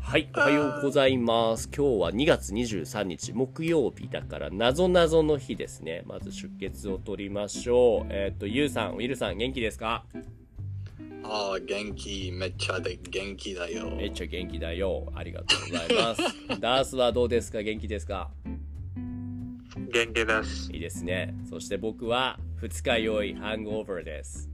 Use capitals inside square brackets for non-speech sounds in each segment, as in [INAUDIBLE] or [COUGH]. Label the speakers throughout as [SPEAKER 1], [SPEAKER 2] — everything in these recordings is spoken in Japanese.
[SPEAKER 1] はい、おはようございます。今日は2月23日木曜日だから、なぞなぞの日ですね。まず出血を取りましょう。えっ、と、ゆうさん、ウィルさん、元気ですか
[SPEAKER 2] ああ、元気、めっちゃで元気だよ。
[SPEAKER 1] めっちゃ元気だよ。ありがとうございます。ダースはどうですか元気ですか
[SPEAKER 3] 元気です。
[SPEAKER 1] いいですね。そして僕は、二日酔い、ハングオーバーです。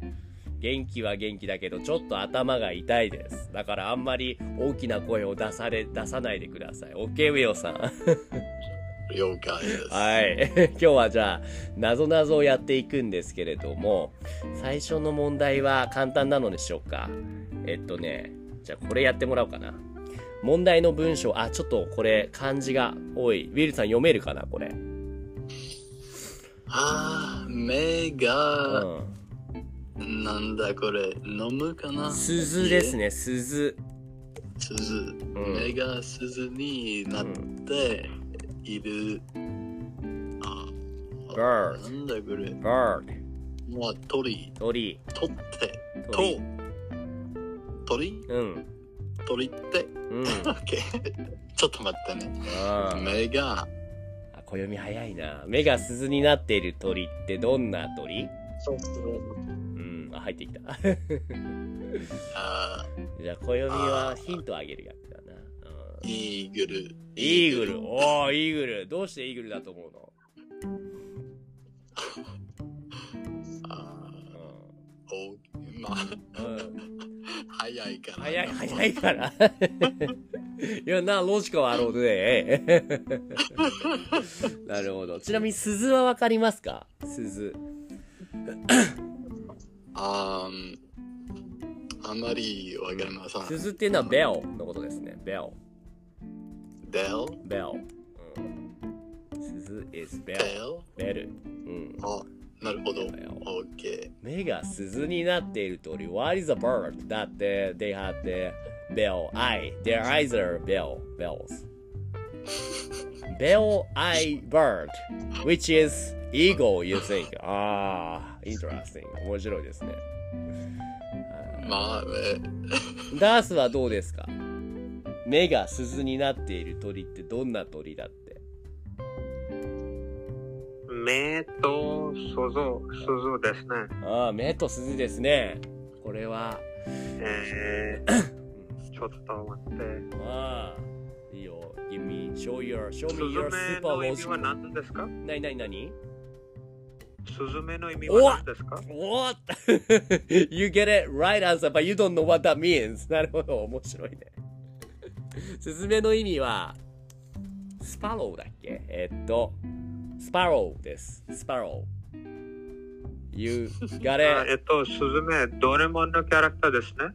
[SPEAKER 1] 元気は元気だけど、ちょっと頭が痛いです。だからあんまり大きな声を出され、出さないでください。OK、ウィオさん。
[SPEAKER 2] 了解です。
[SPEAKER 1] はい。 [LAUGHS] 今日はじゃあ、なぞなぞをやっていくんですけれども、最初の問題は簡単なのでしょうか。えっとね、じゃあこれやってもらおうかな。問題の文章、あ、ちょっとこれ漢字が多い。ウィルさん読めるかなこれ。
[SPEAKER 2] ああ、目
[SPEAKER 1] う
[SPEAKER 2] が、
[SPEAKER 1] ん。
[SPEAKER 2] なんだこれ、飲むかな
[SPEAKER 1] 鈴です。ね、鈴。
[SPEAKER 2] 家鈴。
[SPEAKER 1] うん
[SPEAKER 2] 目が鈴になっている。あ
[SPEAKER 1] bird,
[SPEAKER 2] なんだこれ、
[SPEAKER 1] bird,
[SPEAKER 2] まあ、鳥、
[SPEAKER 1] 鳥、
[SPEAKER 2] 取って、
[SPEAKER 1] 鳥。
[SPEAKER 2] と、鳥、
[SPEAKER 1] うん。
[SPEAKER 2] 鳥って、
[SPEAKER 1] うん。
[SPEAKER 2] オッケー。 [LAUGHS] ちょっと待ってね。
[SPEAKER 1] あー
[SPEAKER 2] 目が、
[SPEAKER 1] あ、暦早いな。目が鈴になっている鳥ってどんな鳥
[SPEAKER 2] そうそう。
[SPEAKER 1] うん。あ、入ってきた。
[SPEAKER 2] あー
[SPEAKER 1] じゃあ、暦はヒントあげるやつだな。うん
[SPEAKER 2] イーグル。
[SPEAKER 1] イーグル。おー、イーグル。どうしてイーグルだと思うの
[SPEAKER 2] あーおま
[SPEAKER 1] う
[SPEAKER 2] あ、
[SPEAKER 1] んうん。
[SPEAKER 2] 早いから。
[SPEAKER 1] 早い、早いから。 [LAUGHS] いや、な、ロジカはあろうね。 [LAUGHS] なるほど。ちなみに、鈴はわかりますか鈴。
[SPEAKER 2] あーあまりわかりません。
[SPEAKER 1] 鈴っていうのはベルのことですね。ベル。
[SPEAKER 2] デル
[SPEAKER 1] ベル。うん。鈴 is ベル。
[SPEAKER 2] デル
[SPEAKER 1] ベル。うん。
[SPEAKER 2] あ、なるほど。オ
[SPEAKER 1] ベル
[SPEAKER 2] ッケ
[SPEAKER 1] 目が鈴になっている鳥 What is a bird? だって They have the bell eye Their eyes are bell bells Bell eye bird Which is eagle you think ああ Interesting 面白いですね
[SPEAKER 2] ー。まあ、え
[SPEAKER 1] ダースはどうですか目が鈴になっている鳥ってどんな鳥だって
[SPEAKER 3] 目と鈴、鈴ですね。
[SPEAKER 1] ああ目と鈴ですねこれは
[SPEAKER 3] えー、ちょっと待って。
[SPEAKER 1] ああいいよ Give me show your show
[SPEAKER 3] ス
[SPEAKER 1] me your
[SPEAKER 3] ズ
[SPEAKER 1] super
[SPEAKER 3] メの意
[SPEAKER 1] logic
[SPEAKER 3] 味は何ですか
[SPEAKER 1] なになになに
[SPEAKER 3] スズメの意味は何ですか
[SPEAKER 1] What? [LAUGHS] you get it right answer, but you don't know what that means. なるほど、面白いね。スズメの意味は、スパローだっけえっと、スパローです。スパロー。You
[SPEAKER 3] あ
[SPEAKER 1] got
[SPEAKER 3] [LAUGHS]
[SPEAKER 1] it.
[SPEAKER 3] えっと、スズメ、ドラえもんのキャラクターですね。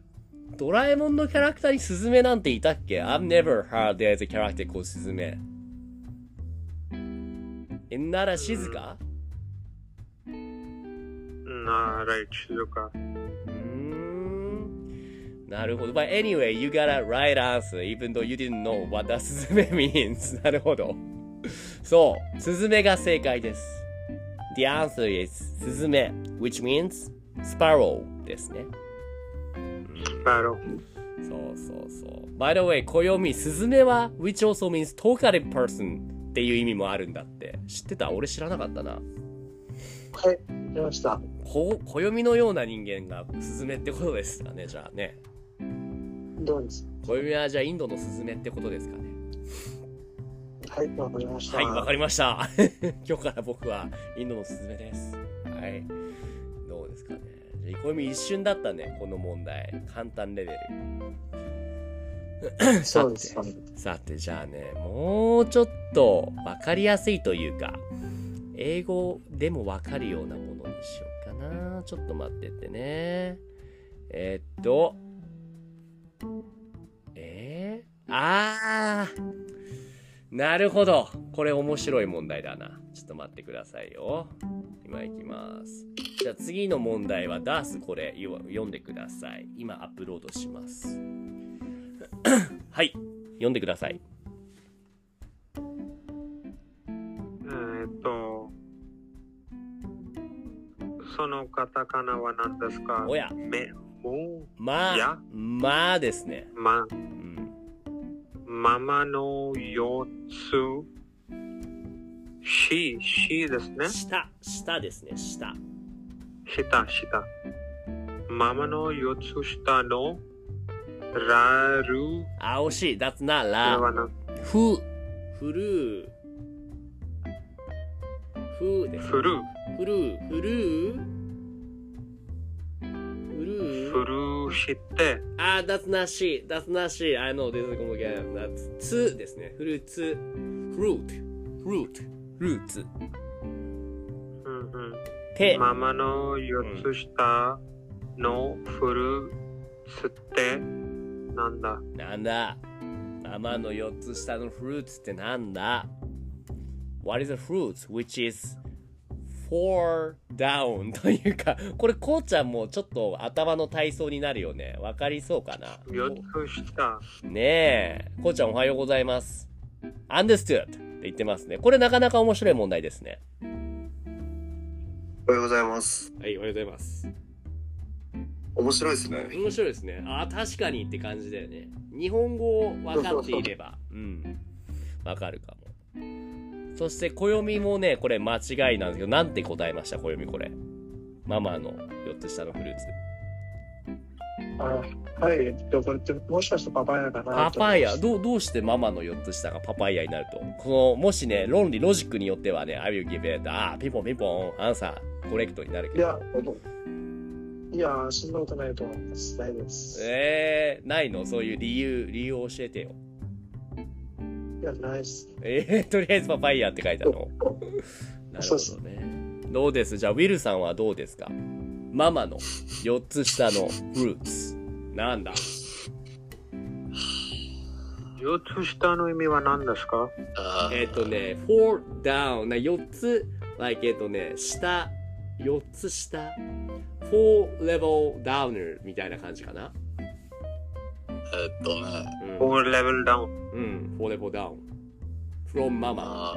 [SPEAKER 1] ドラえもんのキャラクターにスズメなんていたっけ ?I've never heard there's a character called スズメ。え、なら静か
[SPEAKER 3] なら、静か。
[SPEAKER 1] うーんなるほど。But anyway, you got a right answer, even though you didn't know what the [LAUGHS] スズメ means. なるほど。そう、スズメが正解です。The answer is スズメ which means sparrow ですね。
[SPEAKER 3] なるほ
[SPEAKER 1] そうそうそう。By the way, 暦、スズメは which also means talkative person っていう意味もあるんだって。知ってた俺知らなかったな。
[SPEAKER 4] はい、出ました。
[SPEAKER 1] こ、暦のような人間がスズメってことですかね、じゃあね。
[SPEAKER 4] どうです。
[SPEAKER 1] 暦はじゃあインドのスズメってことですかね。
[SPEAKER 4] はい、わかりました。
[SPEAKER 1] はい、わかりました。 [LAUGHS] 今日から僕はインドのスズメです。はい。どうですかね。じゃあ、これも一瞬だったね、この問題。簡単レベル。
[SPEAKER 4] そうです
[SPEAKER 1] さてさて、じゃあね、もうちょっとわかりやすいというか、英語でもわかるようなものにしようかな。ちょっと待ってってね。えーっと、えー、あーなるほど。これ面白い問題だな。ちょっと待ってくださいよ。今行きます。じゃあ次の問題はダースこれよ読んでください。今アップロードします。 [COUGHS] はい。読んでください。
[SPEAKER 3] えーっと、そのカタカナは何ですか
[SPEAKER 1] おや、
[SPEAKER 3] め、もう、
[SPEAKER 1] ま
[SPEAKER 3] いや
[SPEAKER 1] あ、まあですね。
[SPEAKER 3] ま、
[SPEAKER 1] うん。
[SPEAKER 3] ママの四つ、し、しですね。
[SPEAKER 1] 下、下ですね、下。
[SPEAKER 3] 下、下。ママの四つ下の、ラル、
[SPEAKER 1] あ、惜しい。That's not
[SPEAKER 3] これ
[SPEAKER 1] la.
[SPEAKER 3] はな、
[SPEAKER 1] ふ。ふるー。ふです。
[SPEAKER 3] フル、
[SPEAKER 1] ふるー。ふるー。ふる
[SPEAKER 3] フ
[SPEAKER 1] ー。
[SPEAKER 3] ルして、
[SPEAKER 1] あ、that's not she. That's not she. I know this is come again. That's つですね。フルーツ。フルーツ。フルーツ。フルーツ。
[SPEAKER 3] うんうん。
[SPEAKER 1] て。
[SPEAKER 3] ママの4つ下のフルーツってなんだ
[SPEAKER 1] なんだママの4つ下のフルーツってなんだ ?What is a fruit which is four down? [LAUGHS] というか、これこうちゃんもちょっと頭の体操になるよね。わかりそうかな
[SPEAKER 3] ?4 つ下。
[SPEAKER 1] ねえ。こうちゃんおはようございます。Understood! って言ってますね。これなかなか面白い問題ですね。
[SPEAKER 5] おはようございます。
[SPEAKER 1] はい、おはようございます。
[SPEAKER 5] 面白いですね。
[SPEAKER 1] 面白いですね。あー確かにって感じだよね。日本語を分かっていれ
[SPEAKER 5] [LAUGHS]
[SPEAKER 1] ば、うん、分かるかも。そして、暦もね、これ間違いなんですけど、なんて答えました、暦これ。ママの4つ下のフルーツ。
[SPEAKER 4] あはい、でもこれってもしかしたらパパイヤかな
[SPEAKER 1] パ
[SPEAKER 4] と思
[SPEAKER 1] パ
[SPEAKER 4] い
[SPEAKER 1] イ
[SPEAKER 4] ま
[SPEAKER 1] ヤ
[SPEAKER 4] した
[SPEAKER 1] どう、どうしてママの4つ下がパパイヤになるとこの、もしね、論理、ロジックによってはね、I will give it, あーピンポンピンポン、アンサー、コレクトになるけ
[SPEAKER 4] い
[SPEAKER 1] ど。
[SPEAKER 4] や、いや、そんなことないと思います。大丈夫です。
[SPEAKER 1] えー、ないのそういう理由、理由を教えてよ。
[SPEAKER 4] いや、ないっす。
[SPEAKER 1] えー、とりあえずパパイヤって書いた
[SPEAKER 4] [LAUGHS]
[SPEAKER 1] の。なる
[SPEAKER 4] そ
[SPEAKER 1] ほ
[SPEAKER 4] うっす
[SPEAKER 1] どね。どうですじゃあ、ウィルさんはどうですかママの4つ下のフルーツ。なんだ
[SPEAKER 3] 4つ下の意味は何ですか
[SPEAKER 2] あー
[SPEAKER 1] えっ、とね、4 down な4つ、like えっとね、下、4つ下、4 level downer みたいな感じかな。
[SPEAKER 2] えっとね、
[SPEAKER 1] うん、
[SPEAKER 3] ?4 レベルダウン。
[SPEAKER 1] うん、4 level down。from ママ。
[SPEAKER 2] あ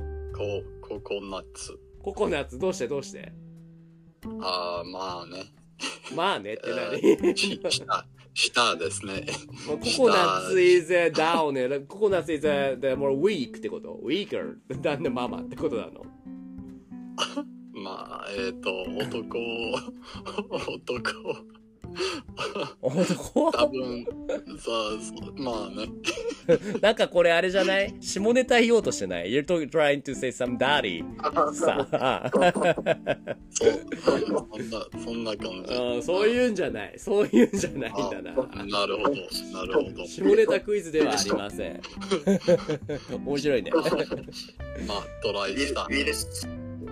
[SPEAKER 2] ーこう、ココナッツ。
[SPEAKER 1] ココナッツ、どうしてどうして
[SPEAKER 2] ああ、まあね。
[SPEAKER 1] まあねって
[SPEAKER 2] えー
[SPEAKER 1] 何
[SPEAKER 2] し下、下ですね。 [LAUGHS]
[SPEAKER 1] もうココナッツ is a down ね。ココナッツ is a the more weak ってこと。weaker than the mama ってことなの。
[SPEAKER 2] まあ、えっ、と、男、男、
[SPEAKER 1] 男
[SPEAKER 2] 多分、そう、そうまあね。
[SPEAKER 1] なんかこれあれじゃない下ネタ言おうとしてない ?You're talking- trying to say some daddy. さあ。
[SPEAKER 2] そう、そんな、そんな感じ。
[SPEAKER 1] うんそういうんじゃない。そういうんじゃないんだな。
[SPEAKER 2] なるほど、なるほど。
[SPEAKER 1] 下ネタクイズではありません。面白いね。 [LAUGHS]
[SPEAKER 2] まあ、トラ
[SPEAKER 5] ウ
[SPEAKER 2] イ
[SPEAKER 5] ィル
[SPEAKER 2] した
[SPEAKER 5] ウ。ィルス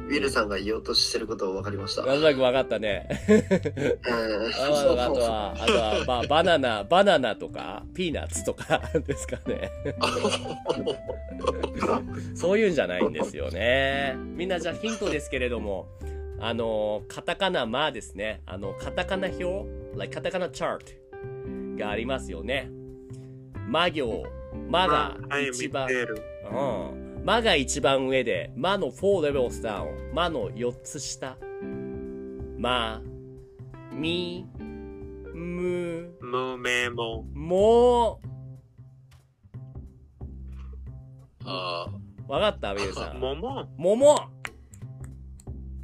[SPEAKER 5] ウィルさんが言おうとしてることを分かりました。
[SPEAKER 1] なんとなく分かったね。
[SPEAKER 5] え [LAUGHS] ー
[SPEAKER 1] あとあとは、あとは、まあ、バナナ、バナナとか、ピーナッツとか [LAUGHS] ですかね。そういうんじゃないんですよね。みんなじゃあヒントですけれども、あの、カタカナマですね。あの、カタカナ表、like カタカナチャートがありますよね。マ行、マが
[SPEAKER 3] はい、
[SPEAKER 1] 一
[SPEAKER 3] 見
[SPEAKER 1] 番、
[SPEAKER 3] てる。
[SPEAKER 1] うん。マが一番上で、マの4レベルスダウン、マの4つ下。マ、ミ、ム、
[SPEAKER 3] 無名も。
[SPEAKER 1] も
[SPEAKER 2] あ
[SPEAKER 1] う。わかったみゆさん。
[SPEAKER 3] [LAUGHS] もも
[SPEAKER 1] 桃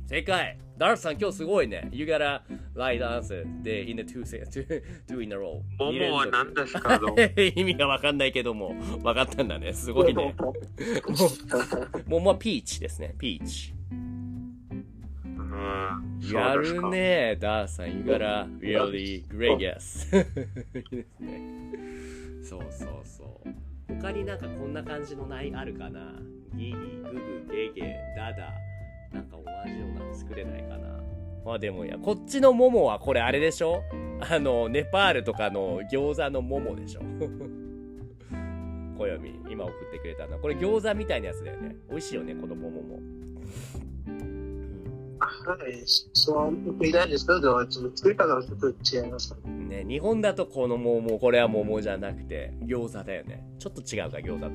[SPEAKER 1] 正解ダルフさん今日すごいね。You gotta write answer で in the two, se- two, [LAUGHS] two in a row.
[SPEAKER 3] も
[SPEAKER 1] 二連
[SPEAKER 3] もは
[SPEAKER 1] 続
[SPEAKER 3] 何です
[SPEAKER 1] [LAUGHS]
[SPEAKER 3] かどう
[SPEAKER 1] 意味がわかんないけども、わかったんだね。すごい
[SPEAKER 3] [LAUGHS]
[SPEAKER 4] [LAUGHS]
[SPEAKER 1] ね。桃はピーチですね。ピーチ。
[SPEAKER 3] うん
[SPEAKER 1] や
[SPEAKER 3] そうです
[SPEAKER 1] る
[SPEAKER 3] か。
[SPEAKER 1] ね、ダーさん。You gotta really [LAUGHS] great guess. いいですね。そうそうそう。他になんかこんな感じのないあるかなギギ、ググ、ゲゲ、ダダ。なんか同じようなの作れないかな。まあでもいいや、こっちのモモはこれあれでしょあの、ネパールとかの餃子のモモでしょ [LAUGHS] 小読み、今送ってくれたの。これ餃子みたいなやつだよね。美味しいよね、このモモも。
[SPEAKER 4] はい、そう、見たいですけど、ちょっと作り方がちょっと違いますから
[SPEAKER 1] ね、
[SPEAKER 4] ね。
[SPEAKER 1] 日本だとこの桃これは桃じゃなくて餃子だよねちょっと違うか餃子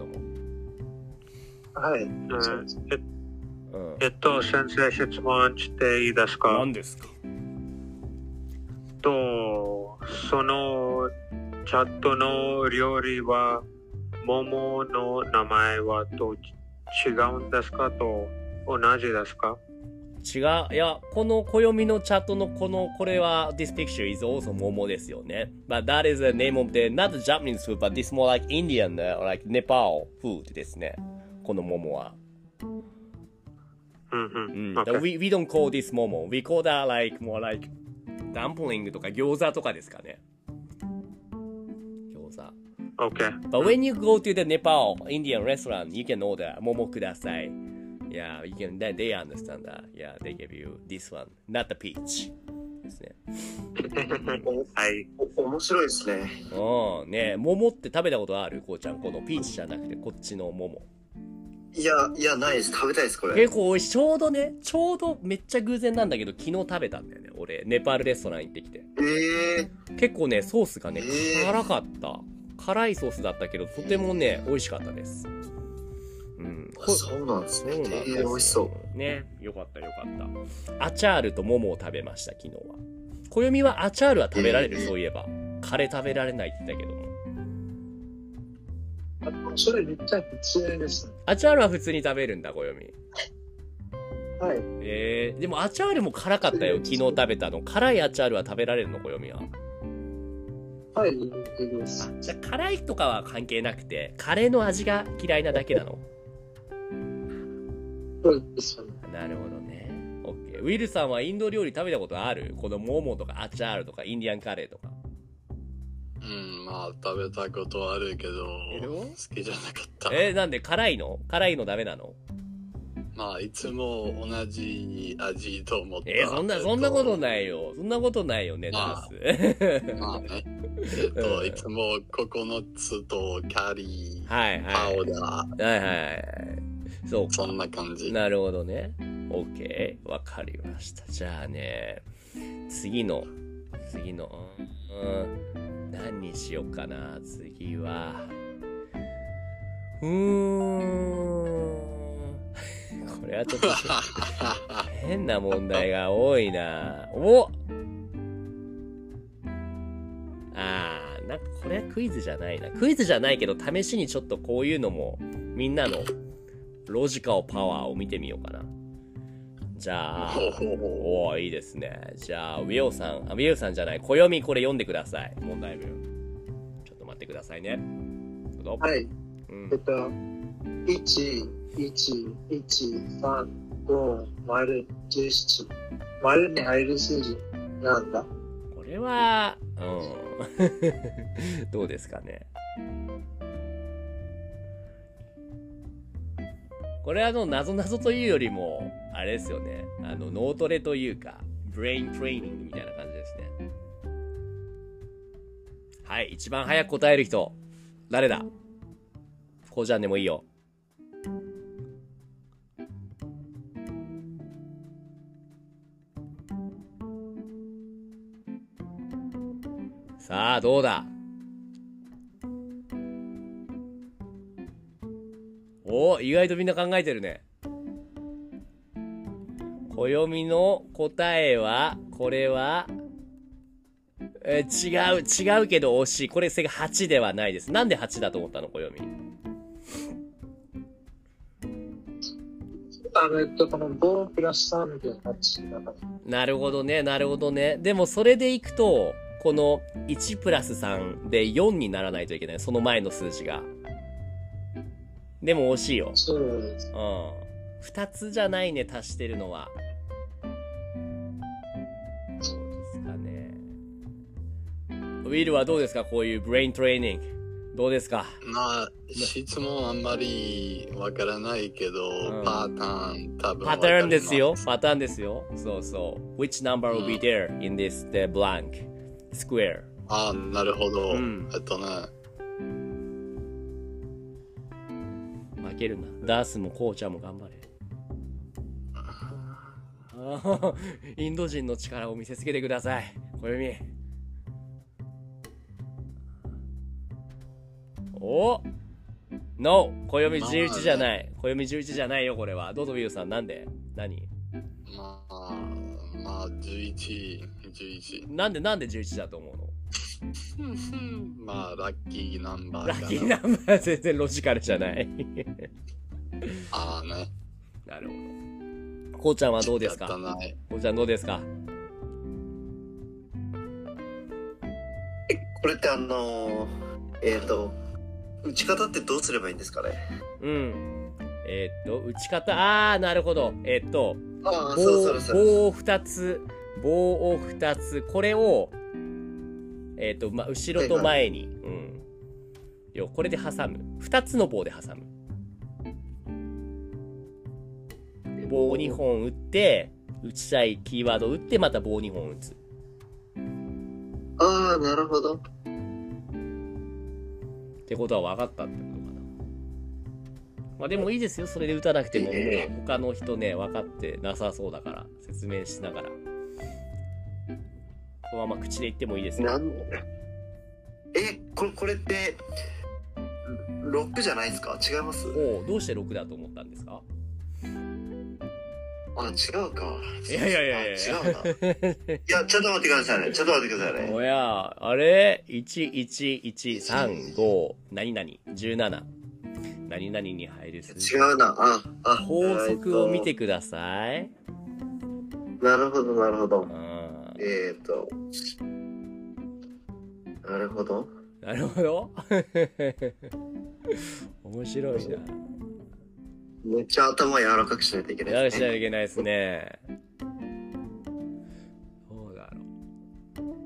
[SPEAKER 1] と
[SPEAKER 4] はい、
[SPEAKER 3] うんえ
[SPEAKER 1] も、
[SPEAKER 3] えっと、先生質問していいです
[SPEAKER 1] うん、
[SPEAKER 3] か
[SPEAKER 1] 何ですか
[SPEAKER 3] えっと、そのチャットの料理は桃の名前はと違うんですかと同じですか
[SPEAKER 1] 違う。いや、この暦のチャットのこの、これは、this picture is also Momo ですよね。But that is the name of the, not the Japanese food, but this more like Indian,、uh, like Nepal food ですね。この桃は。
[SPEAKER 3] うん
[SPEAKER 1] う。
[SPEAKER 3] うんん。
[SPEAKER 1] だ
[SPEAKER 3] Okay.
[SPEAKER 1] we, we don't call this Momo. We call that like, more like, dumpling とか餃子とかですかね。餃子。
[SPEAKER 3] Okay.
[SPEAKER 1] But when you go to the Nepal Indian restaurant, you can order momo kudasai. Yeah, you can. That they understand that. Yeah, they give you this one, not the peach. ですね。
[SPEAKER 3] はい。
[SPEAKER 5] 面白いですね。
[SPEAKER 1] うん、ねえ桃って食べたことあるこうちゃん、このピーチじゃなくて、こっちの桃。
[SPEAKER 5] いや、いや、ないです。食べたいです、これ。
[SPEAKER 1] 結構美味しい。ちょうどね、ちょうどめっちゃ偶然なんだけど、昨日食べたんだよね。俺、ネパールレストラン行ってきて。
[SPEAKER 5] ええ
[SPEAKER 1] 結構ね、ソースがね
[SPEAKER 5] えー、
[SPEAKER 1] 辛かった。辛いソースだったけど、とてもね、美味しかったです。うん。
[SPEAKER 5] ー。そうなんですね。
[SPEAKER 1] そうなんです
[SPEAKER 5] ええ美味しそう。
[SPEAKER 1] ねよかったよかったアチャールと桃を食べました昨日は暦はアチャールは食べられる、
[SPEAKER 5] えー
[SPEAKER 1] そういえばカレー食べられないって言ったけども
[SPEAKER 4] あのそれめっちゃ普通です。
[SPEAKER 1] アチャールは普通に食べるんだ暦
[SPEAKER 4] はい。
[SPEAKER 1] えー、でもアチャールも辛かったよ昨日食べたの辛いアチャールは食べられるの暦は
[SPEAKER 4] はい、いいです。
[SPEAKER 1] じゃあ辛いとかは関係なくてカレーの味が嫌いなだけなの
[SPEAKER 4] そうですよね。
[SPEAKER 1] なるほどねオッケーウィルさんはインド料理食べたことあるこのモモとかアチャールとかインディアンカレーとか
[SPEAKER 2] うん、まあ食べたことはあるけど
[SPEAKER 1] え、どう
[SPEAKER 2] 好きじゃなかった。
[SPEAKER 1] えー、なんで辛いの辛いのダメなの
[SPEAKER 2] まあいつも同じ味と思った。
[SPEAKER 1] えーそんな、
[SPEAKER 2] えっ
[SPEAKER 1] そんなことないよ。そんなことないよね、ダ
[SPEAKER 2] ま
[SPEAKER 1] ンス。
[SPEAKER 2] まあね。えっ
[SPEAKER 1] う
[SPEAKER 2] と、
[SPEAKER 1] ん
[SPEAKER 2] いつもココナッツとキャリ
[SPEAKER 1] [LAUGHS]
[SPEAKER 2] ー、
[SPEAKER 1] はいはい。
[SPEAKER 2] パ
[SPEAKER 1] は
[SPEAKER 2] ウ
[SPEAKER 1] い
[SPEAKER 2] ダ
[SPEAKER 1] はいはい。そう
[SPEAKER 2] ー、そ
[SPEAKER 1] か。
[SPEAKER 2] んな感じ。
[SPEAKER 1] なるほどね。OK。わかりました。じゃあね、次の、次の、うん、何にしようかな。次は、うーん。 [LAUGHS] これはちょっと変な問題が多いな。おあー、なんかこれはクイズじゃないな。クイズじゃないけど、試しにちょっとこういうのも、みんなのロジカルパワーを見てみようかな。じゃあ、おおいいですね。じゃあ、ウィオさん、あ、ウィオさんじゃない、暦これ読んでください。問題文。ちょっと待ってくださいね。どうぞ
[SPEAKER 4] はい。
[SPEAKER 1] うん
[SPEAKER 4] えっ。と、1、1、1、3、5、丸、17。丸に入る数字なんだ。
[SPEAKER 1] これは、うん。 [LAUGHS] どうですかね。これはあの、なぞなぞというよりも、あれですよね。あの、脳トレというか、ブレイントレーニングみたいな感じですね。はい、一番早く答える人。誰だこうじゃんでもいいよ。さあ、どうだお意外とみんな考えてるね。暦の答えは、これは、えー違う、違うけど惜しい。これ、せが8ではないです。なんで8だと思ったの、暦。
[SPEAKER 4] あの、えっと、この5プラス3で8だから。
[SPEAKER 1] なるほどね、なるほどね。でも、それでいくと、この1プラス3で4にならないといけない。その前の数字が。でも惜しいよ。
[SPEAKER 4] そうで
[SPEAKER 1] う
[SPEAKER 4] す。
[SPEAKER 1] ん。二つじゃないね、足してるのは。そうですかね。ウィルはどうですかこういうブレイントレーニング。どうですか
[SPEAKER 2] まあ、質問あんまりわからないけど、
[SPEAKER 1] うん
[SPEAKER 2] パターン多分わ
[SPEAKER 1] パ
[SPEAKER 2] か
[SPEAKER 1] タ
[SPEAKER 2] ります
[SPEAKER 1] ーンですよ。。パターンですよ。そうそう。Which number will be there in this the blank square?
[SPEAKER 2] ああ、なるほ
[SPEAKER 1] う
[SPEAKER 2] ど。
[SPEAKER 1] ん
[SPEAKER 2] えっとね、
[SPEAKER 1] 負けるな。ダースもコウちゃんも頑張れ。あー [LAUGHS] インド人の力を見せつけてください。小読み。お !No! 小読み11じゃない。小読み11じゃないよ、これは。どうぞ、ビューさん。なんで何
[SPEAKER 2] まあ、まあ、11、11。
[SPEAKER 1] なんでなんで11だと思うの
[SPEAKER 2] まあ、ラッキーナンバーかな
[SPEAKER 1] ラッキーナンバー全然ロジカルじゃない [LAUGHS]
[SPEAKER 2] ああね。
[SPEAKER 1] なるほどこうちゃんはどうです
[SPEAKER 2] や
[SPEAKER 1] か
[SPEAKER 2] ったない。
[SPEAKER 1] こうちゃんどうですか
[SPEAKER 5] これってあのー、えっ、と、打ち方ってどうすればいいんですかね
[SPEAKER 1] うんえーっと打ち方あーなるほどえーっと
[SPEAKER 5] ああ、
[SPEAKER 1] 棒
[SPEAKER 5] そうそうそう。
[SPEAKER 1] 棒を2つ棒を2つこれをえーっと、ま、後ろと前に、うん、両これで挟む2つの棒で挟む棒2本打って打ちたいキーワードを打ってまた棒2本打つ
[SPEAKER 5] ああ、なるほど。
[SPEAKER 1] ってことは分かったってことかな。まあでもいいですよ、それで打たなくても、も
[SPEAKER 5] え
[SPEAKER 1] う他の人ね、分かってなさそうだから、説明しながら。このまま口で言ってもいいですよ。
[SPEAKER 5] なんえ、これ、これって、ロックじゃないですか違います
[SPEAKER 1] おうどうして6だと思ったんですか
[SPEAKER 5] あ、違うか。
[SPEAKER 1] いやいやいやいや
[SPEAKER 5] あ違うな。いや、ちょっと待ってくださいね。ちょっと待ってくださいね。
[SPEAKER 1] おや、あれ ?11135 何々17何々に入る数字
[SPEAKER 5] 違うな。あ、あ、
[SPEAKER 1] 法則を見
[SPEAKER 5] え
[SPEAKER 1] て
[SPEAKER 5] ー
[SPEAKER 1] ください。
[SPEAKER 5] となるほど、なるほ
[SPEAKER 1] う
[SPEAKER 5] ど。
[SPEAKER 1] ん。
[SPEAKER 5] えっ、ー、と、なるほど。
[SPEAKER 1] なるほど。 [LAUGHS] 面白いな。
[SPEAKER 5] めっちゃ頭柔らかくしないといけない
[SPEAKER 1] や
[SPEAKER 5] で
[SPEAKER 1] ら
[SPEAKER 5] す
[SPEAKER 1] し
[SPEAKER 5] ね。
[SPEAKER 1] ないといけないですね。そうだろ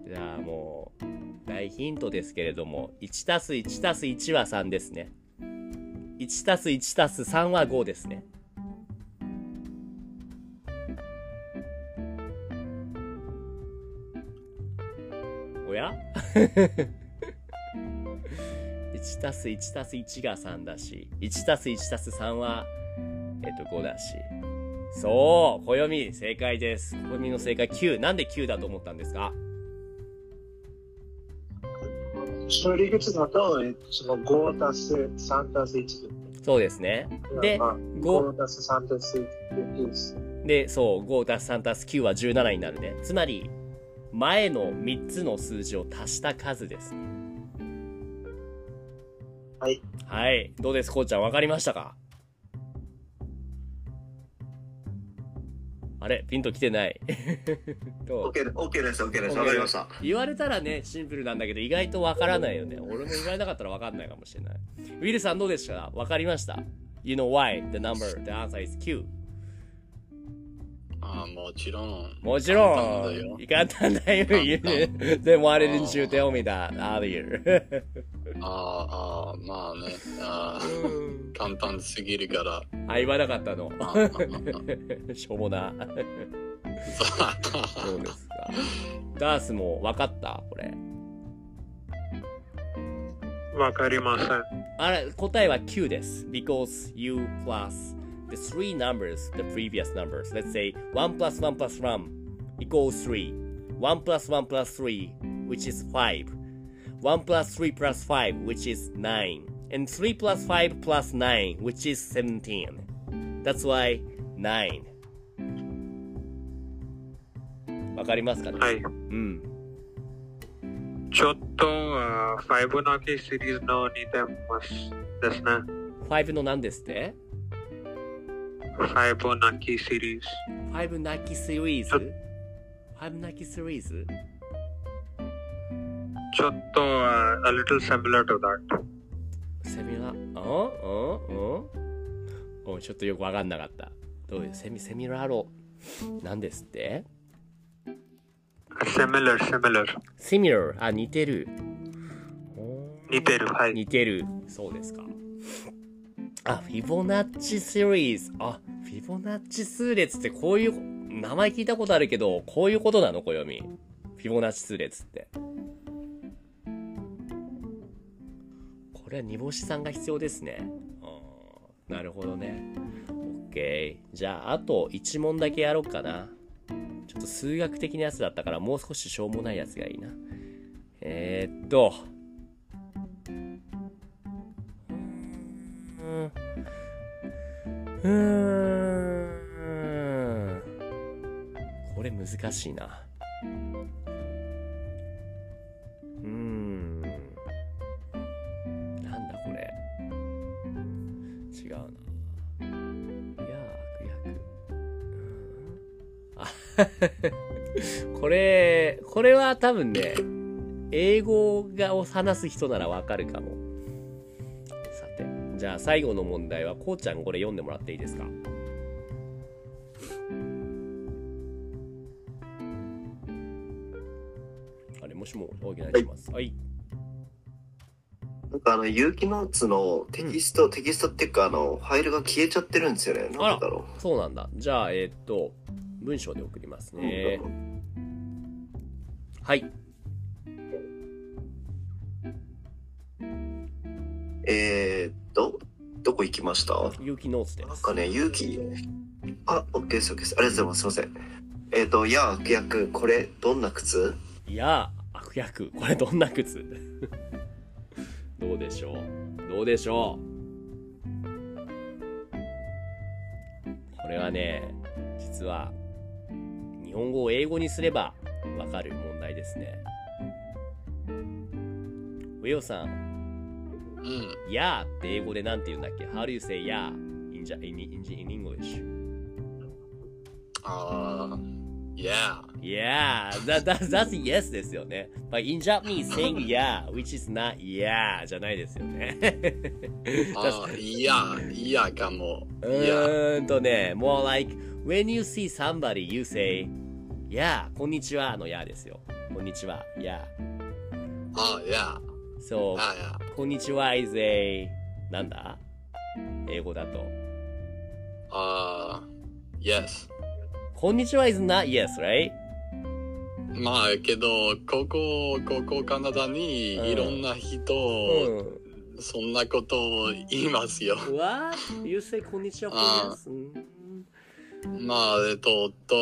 [SPEAKER 1] う。じゃあもう、大ヒントですけれども、1たす1たす1は3ですね。1たす1たす3は5ですね。おや [LAUGHS] 1たす1たす1が3だし、1たす1たす3は、えっと、5だし。そう暦正解です。暦の正解9。なんで9だと思ったんですか
[SPEAKER 4] その理屈だと、えっとその5足す3足す1
[SPEAKER 1] そうですね。
[SPEAKER 4] で、
[SPEAKER 1] で、
[SPEAKER 4] まあ、
[SPEAKER 1] 5
[SPEAKER 4] 5足す3足す1です。
[SPEAKER 1] で、そう、5足す3足す9は17になるね。つまり、前の3つの数字を足した数です。
[SPEAKER 4] はい。
[SPEAKER 1] はい。どうです、こうちゃん、わかりましたかあれピンときてない。 [LAUGHS] どう
[SPEAKER 5] OK で OK です、OK です。
[SPEAKER 1] OK
[SPEAKER 5] わかりました。
[SPEAKER 1] 言われたらねシンプルなんだけど意外とわからないよね俺も言われなかったらわかんないかもしれないウィルさんどうでしたかわかりました You know why the number the answer is Q
[SPEAKER 2] ああ、もちろん。
[SPEAKER 1] もちろ
[SPEAKER 2] 簡単だよ
[SPEAKER 1] んいかんたんだよ言うでもあれに you tell me that earlier
[SPEAKER 2] ああ、ああ、まあね。ああ、簡単すぎるから。
[SPEAKER 1] あ言わなかった
[SPEAKER 2] [LAUGHS]
[SPEAKER 1] の
[SPEAKER 2] ああああ
[SPEAKER 1] しょうもな
[SPEAKER 2] あ
[SPEAKER 1] どうですかダースもわかったこれ
[SPEAKER 3] わかりません。
[SPEAKER 1] あれ答えは Q です。Because u plus the three numbers, the previous numbers. Let's say 1 plus 1 plus 1 equals 3. 1 plus 1 plus 3, which is 5. 1 plus 3 plus 5, which is 9. And 3 plus 5 plus 9, which is 17. That's why 9. わかりますかね、
[SPEAKER 3] はい。
[SPEAKER 1] うん。
[SPEAKER 3] ちょっと、あファイブのキシリーズの似てますですね。
[SPEAKER 1] 5の何ですって
[SPEAKER 3] ファイブのキシリーズ。
[SPEAKER 1] 5なきシリーズ ?5 なきシリーズ
[SPEAKER 3] ちょっと、あ a little similar to that。
[SPEAKER 1] セミラ、うんうんうんうんちょっとよくわかんなかった。どういうセミ、セミラーロ。なんですって
[SPEAKER 3] similar, similar.
[SPEAKER 1] ?similar。あ、似てる。ほー
[SPEAKER 3] 似てる。はい。
[SPEAKER 1] 似てる。そうですか。あ、フィボナッチシリーズ。あ、フィボナッチ数列ってこういう、名前聞いたことあるけど、こういうことなの暦。フィボナッチ数列って。これは煮干しさんが必要ですね。うんなるほどね。OK。じゃあ、あと1問だけやろうかな。ちょっと数学的なやつだったから、もう少ししょうもないやつがいいな。えー、っと。うーんうーんこれ難しいなうーん [LAUGHS] これ、これは多分ね、英語がを話す人ならわかるかも。さて、じゃあ最後の問題は、こうちゃんこれ読んでもらっていいですかあれ、もしも、お願いします。はい。
[SPEAKER 5] なんかあの、有機ノーツのテキスト、テキストっていうか、あの、ファイルが消えちゃってるんですよね。
[SPEAKER 1] あら
[SPEAKER 5] なんでだろ
[SPEAKER 1] そうなんだ。じゃあ、えーっと、文章で送ります
[SPEAKER 5] う。
[SPEAKER 1] ね。はい。
[SPEAKER 5] えーっと、どこ行きました
[SPEAKER 1] 有機ノーツで
[SPEAKER 5] なん
[SPEAKER 1] す
[SPEAKER 5] か。ね、勇気。あ、OK です、OK です。ありがとうございます。すいません。えっ、と、いや、悪役、これ、どんな靴
[SPEAKER 1] いやー、悪役。これどんな靴 [LAUGHS] どうでしょうどうでしょうこれはね、実は、日本語を英語にすればわかる問題ですね。ウェオさん、
[SPEAKER 2] [LAUGHS] うん。
[SPEAKER 1] やーって英語でなんて言うんだっけ ?How do you say やー in, Ja- in, in, in English?
[SPEAKER 2] ああ、yeah.
[SPEAKER 1] Yeah, that, that, that's yes ですよね。But in Japanese, saying yeah, which is not yeah じゃないですよね。
[SPEAKER 2] [LAUGHS]
[SPEAKER 1] [LAUGHS]
[SPEAKER 2] ああ、yeah, yeah かも。
[SPEAKER 1] う
[SPEAKER 2] yeah.
[SPEAKER 1] ーんとね、more like, when you see somebody, you say, yeah, こんにちはの yeah ですよ。こんにちは、yeah。
[SPEAKER 2] ああ、yeah.
[SPEAKER 1] So,
[SPEAKER 2] ああ、
[SPEAKER 1] こんにちは is a, なんだ英語だと。
[SPEAKER 2] yeah. ああ、yes.
[SPEAKER 1] こんにちは is not yes, right?
[SPEAKER 2] まあ、けど、ここ、ここカナダに
[SPEAKER 1] うん
[SPEAKER 2] いろんな人、
[SPEAKER 1] う
[SPEAKER 2] そんなことを言いますよ。
[SPEAKER 1] ん。
[SPEAKER 2] [LAUGHS]
[SPEAKER 1] What? You say こんにちは for
[SPEAKER 2] あ
[SPEAKER 1] yes? うん
[SPEAKER 2] まあ、えっと、と、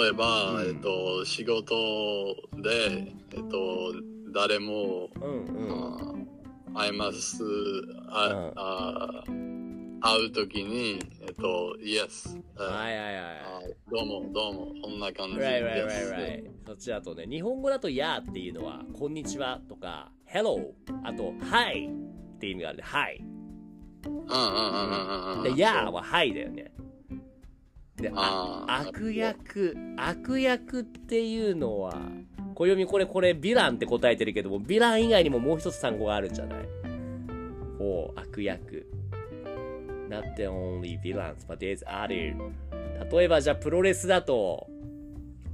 [SPEAKER 2] 例えば、
[SPEAKER 1] うん
[SPEAKER 2] えっと、仕事で、えっと、誰も、
[SPEAKER 1] うんうん。
[SPEAKER 2] あ会えます、あ、あ、会うときに、えっと、Yes、、
[SPEAKER 1] はいいはいはい
[SPEAKER 2] あ。どうも、どうも、こんな感じ
[SPEAKER 1] Right, right,
[SPEAKER 2] Yes
[SPEAKER 1] right, right. そっちだとね、日本語だと、やーっていうのは、こんにちはとか、hello、あと、はいっていう意味があるんで、はい。
[SPEAKER 2] うんうんうんうんうん。
[SPEAKER 1] で、やーは、はいだよね。で、あ
[SPEAKER 2] あー
[SPEAKER 1] 悪役、悪役っていうのは、小読み、これ、これ、ヴィランって答えてるけども、ヴィラン以外にももう一つ単語があるんじゃないおう、悪役。Not the only villains, but there's other. 例えば、じゃあ、プロレスだと、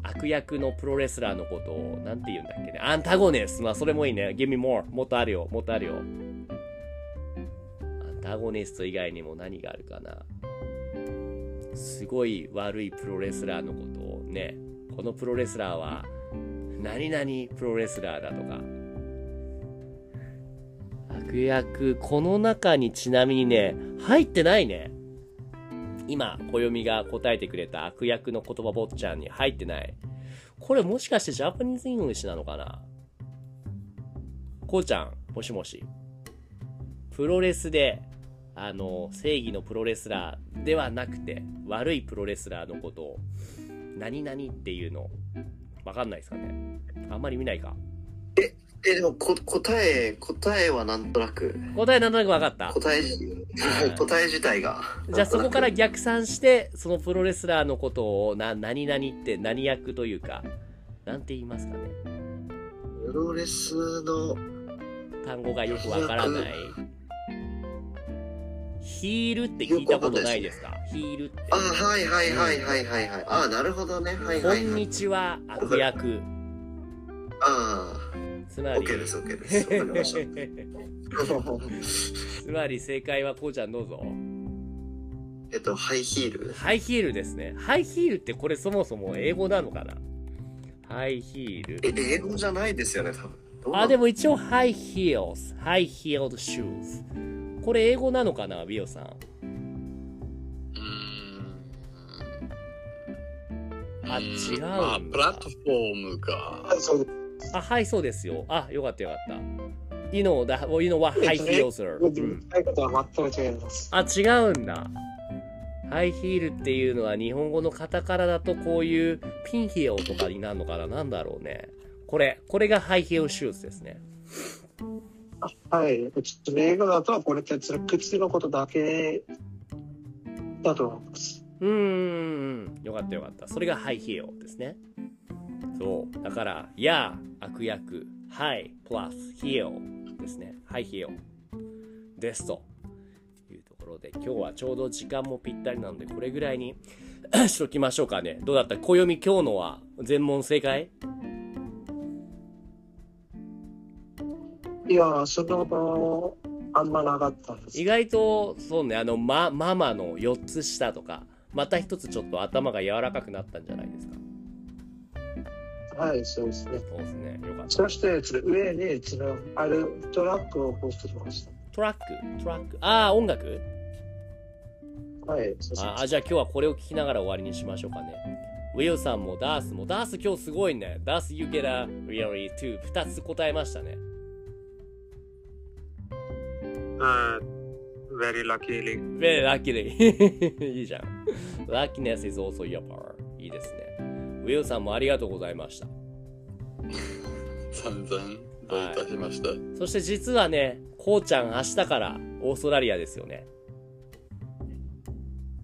[SPEAKER 1] 悪役のプロレスラーのことを、なんて言うんだっけね。アンタゴネス。まあ、それもいいね。Give me more. もっとあるよ。もっとあるよ。アンタゴネスト以外にも何があるかな。すごい悪いプロレスラーのことをね、このプロレスラーは、何々プロレスラーだとか。悪役、この中にちなみにね、入ってないね。今、暦が答えてくれた悪役の言葉坊ちゃんに入ってない。これもしかしてジャパニーズ・イングリッシュなのかなこうちゃん、もしもし。プロレスで、あの、正義のプロレスラーではなくて、悪いプロレスラーのことを、何々っていうの、わかんないですかねあんまり見ないか。
[SPEAKER 5] え、でもこ、答え、答えはなんとなく、
[SPEAKER 1] 答えなんとなくわかった。
[SPEAKER 5] 答え、 [LAUGHS] 答え自体が。
[SPEAKER 1] じゃあそこから
[SPEAKER 5] なんとなく
[SPEAKER 1] 逆算して、そのプロレスラーのことを、な、何々って何役というか、なんて言いますかね。
[SPEAKER 5] プロレスの、
[SPEAKER 1] 単語がよくわからない。ヒールって聞いたことないですかヒールって。
[SPEAKER 5] あ、はいはいはいはいはいはい。あ、なるほどね。はい
[SPEAKER 1] こ
[SPEAKER 5] はい
[SPEAKER 1] ん
[SPEAKER 5] はい。
[SPEAKER 1] にちは、悪役。
[SPEAKER 5] あ
[SPEAKER 1] つ
[SPEAKER 5] あ、
[SPEAKER 1] まり、
[SPEAKER 5] OK です、OK です。わかりまし
[SPEAKER 1] つまり正解はこうちゃんどうぞ。
[SPEAKER 5] た。 [LAUGHS] えっと、ハイヒール。
[SPEAKER 1] ハイヒールですね。ハイヒールってこれそもそも英語なのかなハイヒール。
[SPEAKER 5] え、英語じゃないですよね、多分。どうなの
[SPEAKER 1] あ、でも一応、ハイヒールス、ハイヒールシューズ。これ英語なのかな、ビオさん。
[SPEAKER 2] うーん。
[SPEAKER 1] あ
[SPEAKER 2] うー
[SPEAKER 1] 違うんだ
[SPEAKER 2] まあ、プラットフォームか。
[SPEAKER 4] そう
[SPEAKER 1] あ、はい、そうですよ。あ、よかったよかった。You know, that, well, you know what high heels are.、
[SPEAKER 4] 僕の使い方は全く違います。
[SPEAKER 1] あ、違うんだ。ハイヒールっていうのは日本語のカタカナだとこういうピンヒールとかになるのかななんだろうね。これ、これがハイヒールシューズですね。
[SPEAKER 4] はい。ちょっとね英語だとこれってそれ靴のことだけだと思います。
[SPEAKER 1] うーん。よかったよかった。それがはいひよですね。そう。だから、や、悪役、はい、プラス、ひよですね。はいひよですと。いうところで、今日はちょうど時間もぴったりなので、これぐらいに [COUGHS] しときましょうかね。どうだった暦今日のは全問正解
[SPEAKER 4] いや、そんなことあんまなかったです
[SPEAKER 1] 意。外とそうねあの、ま、ママの4つ下とかまた一つちょっと頭が柔らかくなったんじゃないですか
[SPEAKER 4] はい、そうですね。
[SPEAKER 1] そうですねよかった
[SPEAKER 4] そして、上に、その、あれ、トラックを起こしてきまし
[SPEAKER 1] トラックトラックああ音楽
[SPEAKER 4] た。はい、そうですね
[SPEAKER 1] ああじゃあ今日はこれを聞きながら終わりにしましょうかねウィルさんもダースもダース今日すごいねダース You get a really too 2つ答えましたね
[SPEAKER 3] Uh, very luckily.
[SPEAKER 1] Very luckily [LAUGHS] いいじゃん Luckiness is also your power いいですねウィルさんもありがとうございました
[SPEAKER 2] 散々どういたしました。
[SPEAKER 1] そして実はねこうちゃん明日からオーストラリアですよね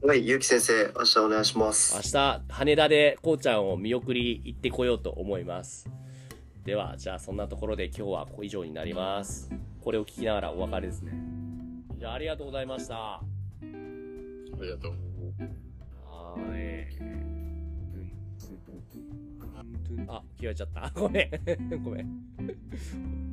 [SPEAKER 5] はい、ゆうき先生、明日お願いします
[SPEAKER 1] 明。日羽田でこうちゃんを見送り行ってこようと思いますではじゃあそんなところで今日は以上になりますこれを聞きながらお別れですねじゃあありがとうございましたは
[SPEAKER 2] ありがとう。
[SPEAKER 1] ーい [LAUGHS] あ切られちゃったごめんごめん